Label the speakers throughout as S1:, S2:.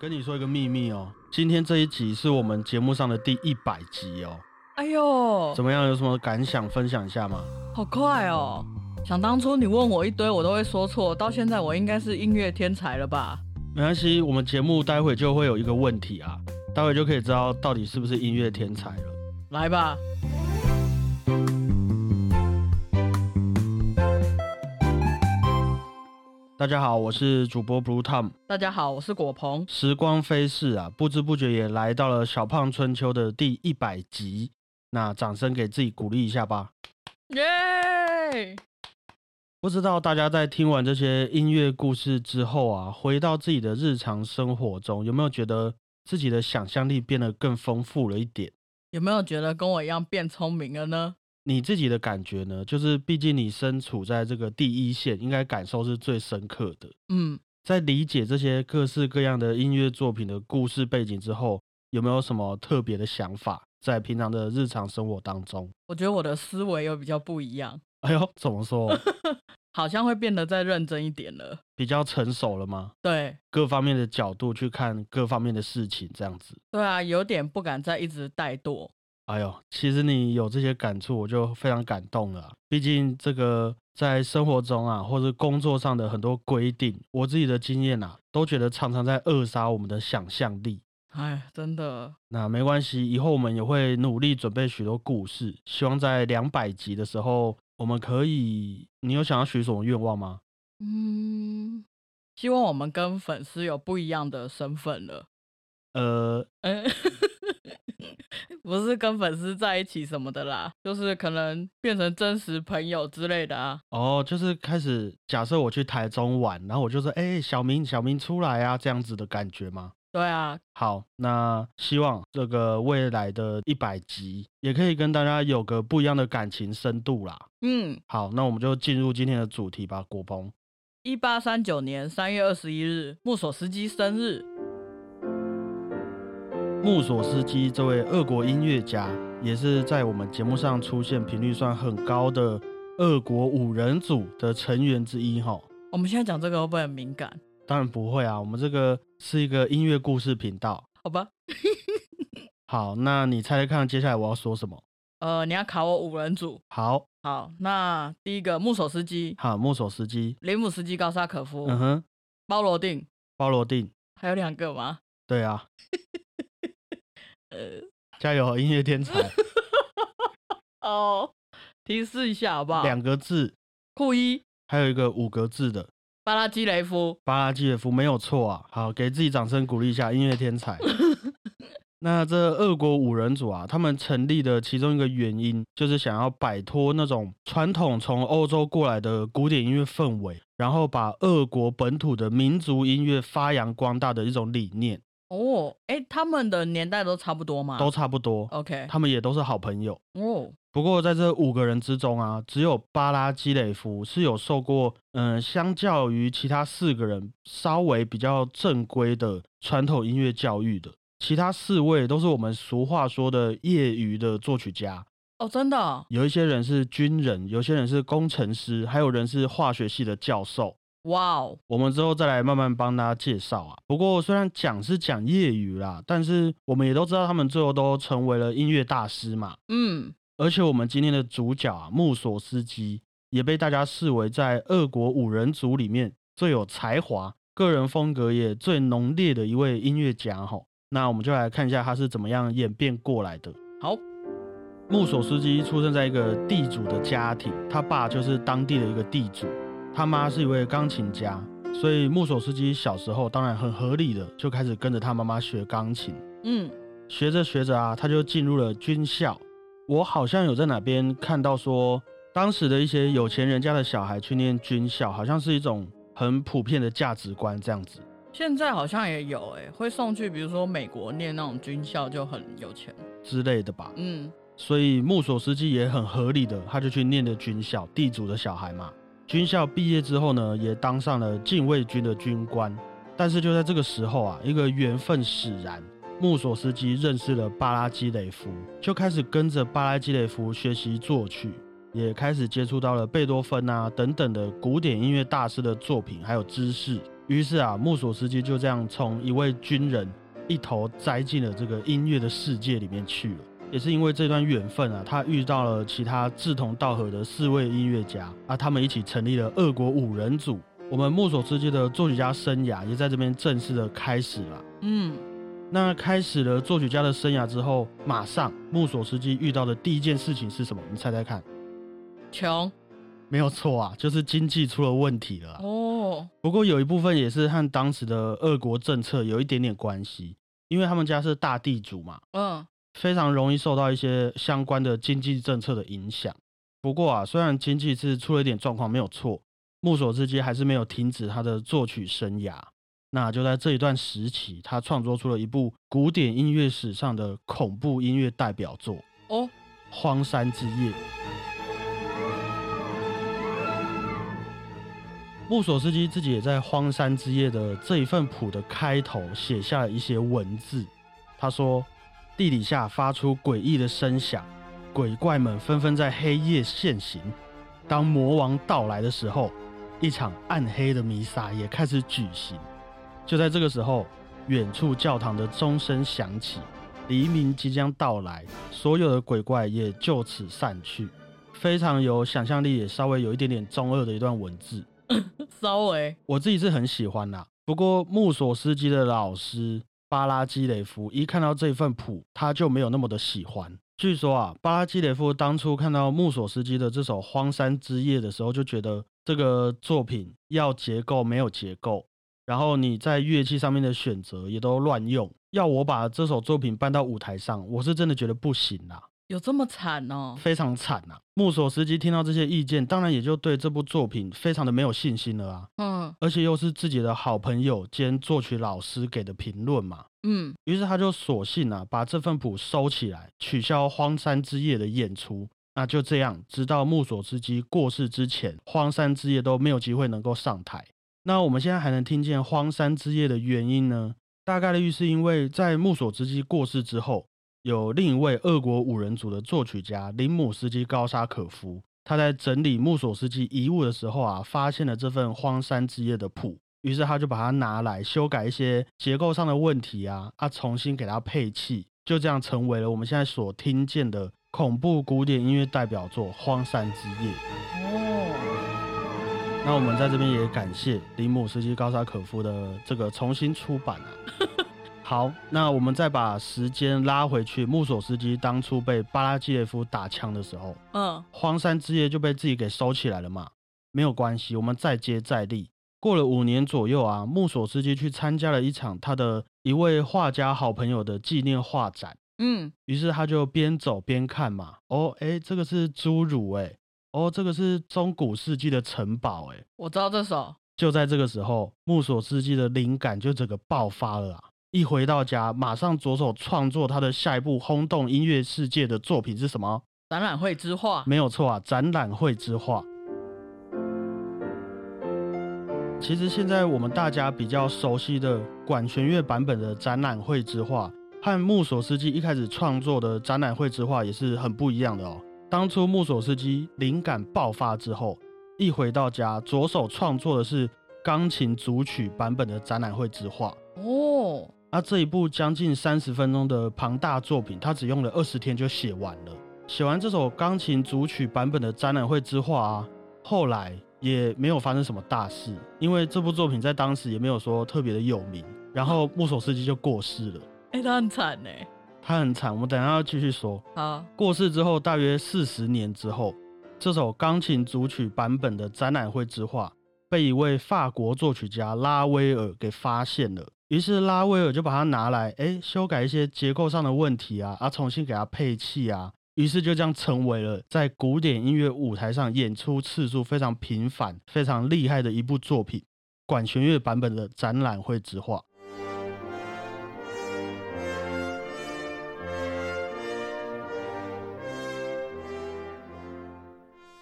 S1: 跟你说一个秘密哦，今天这一集是我们节目上的第一百集哦。
S2: 哎呦，
S1: 怎么样？有什么感想分享一下吗？
S2: 好快哦！想当初你问我一堆，我都会说错，到现在我应该是音乐天才了吧？
S1: 没关系，我们节目待会就会有一个问题啊，待会就可以知道到底是不是音乐天才了。
S2: 来吧，
S1: 大家好，我是主播 Blue Tom。
S2: 大家好，我是果鹏。
S1: 时光飞逝啊，不知不觉也来到了小胖春秋的第一百集。那掌声给自己鼓励一下吧。
S2: 耶、
S1: 不知道大家在听完这些音乐故事之后啊，回到自己的日常生活中，有没有觉得自己的想象力变得更丰富了一点？
S2: 有没有觉得跟我一样变聪明了呢？
S1: 你自己的感觉呢？就是毕竟你身处在这个第一线，应该感受是最深刻的。
S2: 嗯，
S1: 在理解这些各式各样的音乐作品的故事背景之后，有没有什么特别的想法？在平常的日常生活当中，
S2: 我觉得我的思维有比较不一样，
S1: 哎呦，怎么说？
S2: 好像会变得再认真一点了。
S1: 比较成熟了吗？
S2: 对，
S1: 各方面的角度去看各方面的事情，这样子。
S2: 对啊，有点不敢再一直怠惰。
S1: 哎呦，其实你有这些感触，我就非常感动了啊、毕竟这个在生活中啊，或者工作上的很多规定，我自己的经验啊，都觉得常常在扼杀我们的想象力。
S2: 哎，真的，
S1: 那没关系，以后我们也会努力准备许多故事，希望在两百集的时候，我们可以。你有想要许什么愿望吗？
S2: 嗯，希望我们跟粉丝有不一样的身份了。
S1: 呃，
S2: 嗯， 不是跟粉丝在一起什么的啦，就是可能变成真实朋友之类的啊。
S1: 哦，就是开始假设我去台中玩，然后我就说，哎、小明，小明出来啊，这样子的感觉吗？
S2: 对啊，
S1: 好，那希望这个未来的一百集也可以跟大家有个不一样的感情深度啦。
S2: 嗯，
S1: 好，那我们就进入今天的主题吧，国鹏。
S2: 一八三九年三月二十一日，穆索斯基生日。
S1: 穆索斯基这位俄国音乐家，也是在我们节目上出现频率算很高的俄国五人组的成员之一哈。
S2: 我们现在讲这个会不会很敏感？
S1: 当然不会啊，我们这个是一个音乐故事频道。
S2: 好吧，
S1: 好，那你猜猜看，接下来我要说什么？
S2: 呃，你要考我五人组。
S1: 好，
S2: 好，那第一个穆索斯基、
S1: 好，墨索斯基，
S2: 林姆斯基高沙可夫、
S1: 嗯哼，
S2: 包罗定，
S1: 包罗定，
S2: 还有两个吗？
S1: 对啊，
S2: 呃，
S1: 加油，音乐天才，
S2: 哦，提示一下 好不好？
S1: 两个字，
S2: 库伊、
S1: 还有一个五个字的
S2: 巴拉基雷夫，
S1: 巴拉季耶夫，没有错啊。好，给自己掌声鼓励一下，音乐天 才。那这俄国五人组啊，他们成立的其中一个原因，就是想要摆脱那种传统从欧洲过来的古典音乐氛围，然后把俄国本土的民族音乐发扬光大的一种理念，
S2: 哦，哎，他们的年代都差不多吗？
S1: 都差不多。
S2: 啊 OK。
S1: 他们也都是好朋友。
S2: 哦，
S1: 不过在这五个人之中啊，只有巴拉基雷夫是有受过，嗯、相较于其他四个人稍微比较正规的传统音乐教育的，其他四位都是我们俗话说的业余的作曲家。
S2: 哦，真的哦
S1: 有一些人是军人，有些人是工程师，还有人是化学系的教授。
S2: 哇哦，
S1: 我们之后再来慢慢帮大家介绍啊。不过虽然讲是讲业余啦，但是我们也都知道他们最后都成为了音乐大师嘛。
S2: 嗯，
S1: 而且我们今天的主角啊，穆索斯基也被大家视为在俄国五人组里面最有才华、个人风格也最浓烈的一位音乐家吼。那我们就来看一下他是怎么样演变过来的。
S2: 好，
S1: 穆索斯基出生在一个地主的家庭，他爸就是当地的一个地主，他妈是一位钢琴家，所以穆索斯基小时候当然很合理的就开始跟着他妈妈学钢琴。
S2: 嗯，
S1: 学着学着啊，他就进入了军校。我好像有在哪边看到说，当时的一些有钱人家的小孩去念军校，好像是一种很普遍的价值观这样子。
S2: 现在好像也有哎、会送去，比如说美国念那种军校就很有钱，
S1: 之类的吧，
S2: 嗯，
S1: 所以穆索斯基也很合理的，他就去念了军校，地主的小孩嘛。军校毕业之后呢，也当上了禁卫军的军官。但是就在这个时候啊，一个缘分使然，穆索斯基认识了巴拉基雷夫，就开始跟着巴拉基雷夫学习作曲，也开始接触到了贝多芬啊等等的古典音乐大师的作品，还有知识。于是啊，穆索斯基就这样从一位军人一头栽进了这个音乐的世界里面去了。也是因为这段缘分啊，他遇到了其他志同道合的四位音乐家啊，他们一起成立了俄国五人组。我们墨索斯基的作曲家生涯也在这边正式的开始了。
S2: 嗯，
S1: 那开始了作曲家的生涯之后，马上穆索斯基遇到的第一件事情是什么？你猜猜看？
S2: 穷
S1: 没有错啊，就是经济出了问题了啊。
S2: 哦，
S1: 不过有一部分也是和当时的俄国政策有一点点关系，因为他们家是大地主嘛，
S2: 嗯，
S1: 非常容易受到一些相关的经济政策的影响。不过啊，虽然经济是出了一点状况，没有错，木索之基还是没有停止他的作曲生涯。那就在这一段时期，他创作出了一部古典音乐史上的恐怖音乐代表作《
S2: 哦，
S1: 荒山之夜》。木索斯基自己也在《荒山之夜》的这一份谱的开头写下了一些文字。他说：“地底下发出诡异的声响，鬼怪们纷纷在黑夜现形。当魔王到来的时候，一场暗黑的弥撒也开始举行。就在这个时候，远处教堂的钟声响起，黎明即将到来，所有的鬼怪也就此散去。非常有想象力，也稍微有一点点中二的一段文字。”
S2: 稍微，
S1: 我自己是很喜欢啦。不过穆索斯基的老师巴拉基雷夫一看到这份谱，他就没有那么的喜欢。据说啊，巴拉基雷夫当初看到穆索斯基的这首《荒山之夜》的时候，就觉得这个作品要结构没有结构，然后你在乐器上面的选择也都乱用。要我把这首作品搬到舞台上，我是真的觉得不行啦。
S2: 有这么惨哦？
S1: 非常惨啊！穆索斯基听到这些意见，当然也就对这部作品非常的没有信心了啊。
S2: 嗯
S1: 而且又是自己的好朋友兼作曲老师给的评论嘛，
S2: 嗯，
S1: 于是他就索性啊把这份谱收起来，取消荒山之夜的演出。那就这样，直到木索斯基过世之前，荒山之夜都没有机会能够上台。那我们现在还能听见荒山之夜的原因呢？大概率是因为在木索斯基过世之后，有另一位俄国五人组的作曲家林姆斯基高沙可夫，他在整理穆索斯基遗物的时候啊，发现了这份《荒山之夜》的谱，于是他就把它拿来修改一些结构上的问题啊，啊，重新给它配器，就这样成为了我们现在所听见的恐怖古典音乐代表作《荒山之夜》。
S2: 哦，
S1: 那我们在这边也感谢林姆斯基高沙可夫的这个重新出版啊。好，那我们再把时间拉回去，穆索斯基当初被巴拉季耶夫打枪的时候，
S2: 嗯
S1: 荒山之夜就被自己给收起来了嘛。没有关系，我们再接再厉。过了五年左右啊，穆索斯基去参加了一场他的一位画家好朋友的纪念画展，
S2: 嗯，
S1: 于是他就边走边看嘛。哦，诶，这个是侏儒诶，哦，这个是中古世纪的城堡诶。
S2: 我知道这首，
S1: 就在这个时候，穆索斯基的灵感就整个爆发了啊！一回到家，马上着手创作他的下一部轰动音乐世界的作品是什么？
S2: 展览会之画，
S1: 没有错啊，展览会之画。其实现在我们大家比较熟悉的管弦乐版本的展览会之画，和穆索斯基一开始创作的展览会之画也是很不一样的哦。当初穆索斯基灵感爆发之后，一回到家，着手创作的是钢琴组曲版本的展览会之画。
S2: 哦，
S1: 那这一部将近三十分钟的庞大作品，他只用了二十天就写完了。写完这首钢琴组曲版本的展览会之画啊，后来也没有发生什么大事，因为这部作品在当时也没有说特别的有名。然后木手司机就过世了，
S2: 哎、他很惨呢。
S1: 他很惨。我们等一下要继续说。
S2: 好，
S1: 过世之后，大约四十年之后，这首钢琴组曲版本的展览会之画被一位法国作曲家拉威尔给发现了。于是拉威尔就把它拿来，哎，修改一些结构上的问题啊，啊，重新给它配器啊。于是就这样成为了在古典音乐舞台上演出次数非常频繁、非常厉害的一部作品——管弦乐版本的展览会之画。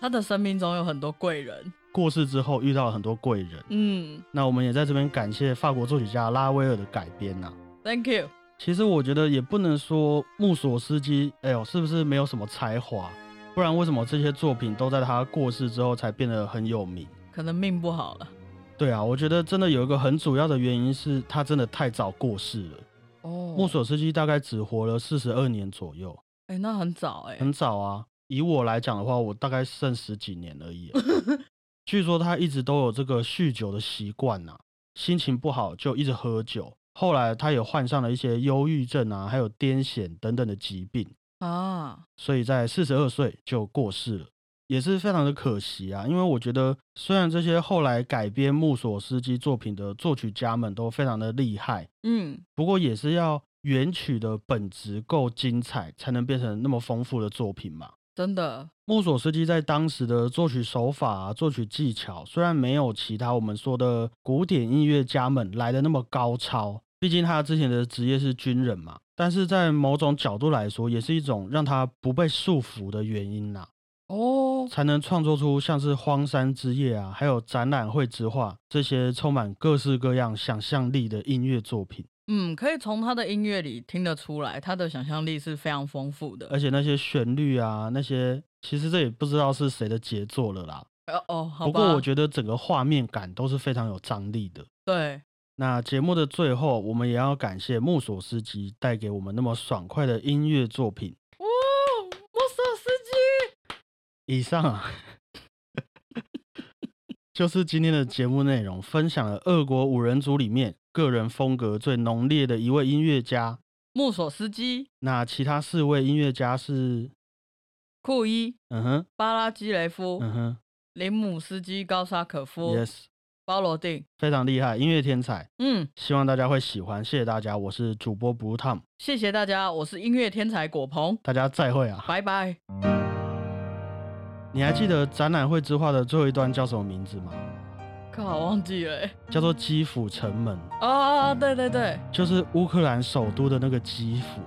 S2: 他的生命中有很多贵人，
S1: 过世之后遇到了很多贵人，
S2: 嗯
S1: 那我们也在这边感谢法国作曲家拉威尔的改编呐、啊
S2: ，Thank you，
S1: 其实我觉得也不能说穆索斯基，哎呦，是不是没有什么才华？不然为什么这些作品都在他过世之后才变得很有名？
S2: 可能命不好了。
S1: 对啊，我觉得真的有一个很主要的原因是他真的太早过世了。
S2: 哦
S1: 墨索斯基大概只活了四十二年左右，
S2: 哎、那很早哎、
S1: 很早啊。以我来讲的话，我大概剩十几年而已啊。 据说他一直都有这个酗酒的习惯呐，心情不好就一直喝酒。后来他也患上了一些忧郁症啊，还有癫痫等等的疾病，
S2: 啊，
S1: 所以在四十二岁就过世了，也是非常的可惜啊。因为我觉得，虽然这些后来改编穆索斯基作品的作曲家们都非常的厉害，
S2: 嗯，
S1: 不过也是要原曲的本质够精彩，才能变成那么丰富的作品嘛。
S2: 真的，
S1: 墨索斯基在当时的作曲手法、啊、作曲技巧，虽然没有其他我们说的古典音乐家们来的那么高超，毕竟他之前的职业是军人嘛，但是在某种角度来说，也是一种让他不被束缚的原因呐、
S2: 哦，
S1: 才能创作出像是《荒山之夜》啊，还有《展览会之画》这些充满各式各样想象力的音乐作品。
S2: 嗯，可以从他的音乐里听得出来，他的想象力是非常丰富的。
S1: 而且那些旋律啊，那些其实这也不知道是谁的杰作了啦。
S2: 呃哦，好
S1: 不
S2: 吧。
S1: 过我觉得整个画面感都是非常有张力的。
S2: 对，
S1: 那节目的最后，我们也要感谢木索斯基带给我们那么爽快的音乐作品。
S2: 哦，莫索斯基，
S1: 以上啊， 就是今天的节目内容，分享了俄国五人组里面个人风格最浓烈的一位音乐家。
S2: 莫索斯基，
S1: 那其他四位音乐家是，
S2: 库伊、
S1: 嗯哼，
S2: 巴拉基雷夫、
S1: 嗯
S2: 林姆斯基、高沙可
S1: 哼
S2: 夫、
S1: ，yes，
S2: 包罗定。
S1: 非常厉害，音乐天才。
S2: 嗯，
S1: 希望大家会喜欢，谢谢大家，我是主播 Blue Tom，
S2: 谢谢大家，我是音乐天才果鹏，
S1: 大家再会啊。
S2: 拜拜。
S1: 你还记得展览会之画的最后一段叫什么名字吗？
S2: 靠，忘记了欸。
S1: 叫做基辅城门，
S2: 啊，对对对，
S1: 就是乌克兰首都的那个基辅。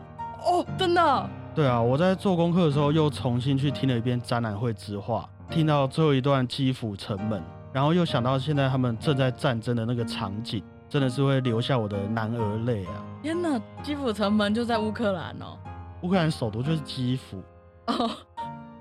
S2: 哦，真的，
S1: 对啊，我在做功课的时候又重新去听了一遍展览会之画，听到最后一段基辅城门，然后又想到现在他们正在战争的那个场景，真的是会留下我的男儿泪啊！
S2: 天哪，基辅城门就在乌克兰哦。
S1: 乌克兰首都就是基辅，
S2: 哦，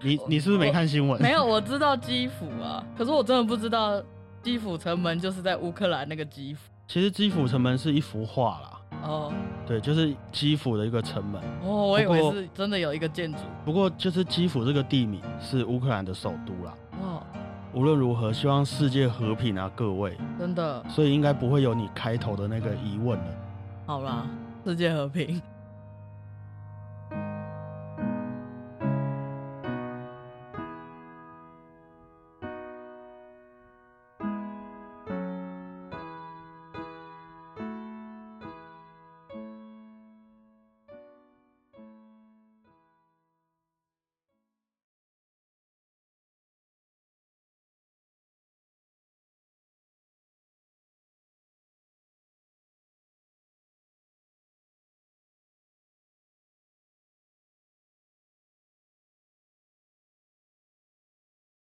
S1: 你你是不是没看新闻？
S2: 没有，我知道基辅啊，可是我真的不知道基辅城门就是在乌克兰那个基辅。
S1: 其实基辅城门是一幅画啦，
S2: 哦
S1: 对，就是基辅的一个城门。
S2: 哦，我以
S1: 不过
S2: 为是真的有一个建筑。
S1: 不过就是基辅这个地名是乌克兰的首都啦。
S2: 哇，
S1: 无论如何，希望世界和平啊，各位。
S2: 真的，
S1: 所以应该不会有你开头的那个疑问了。
S2: 好啦，世界和平。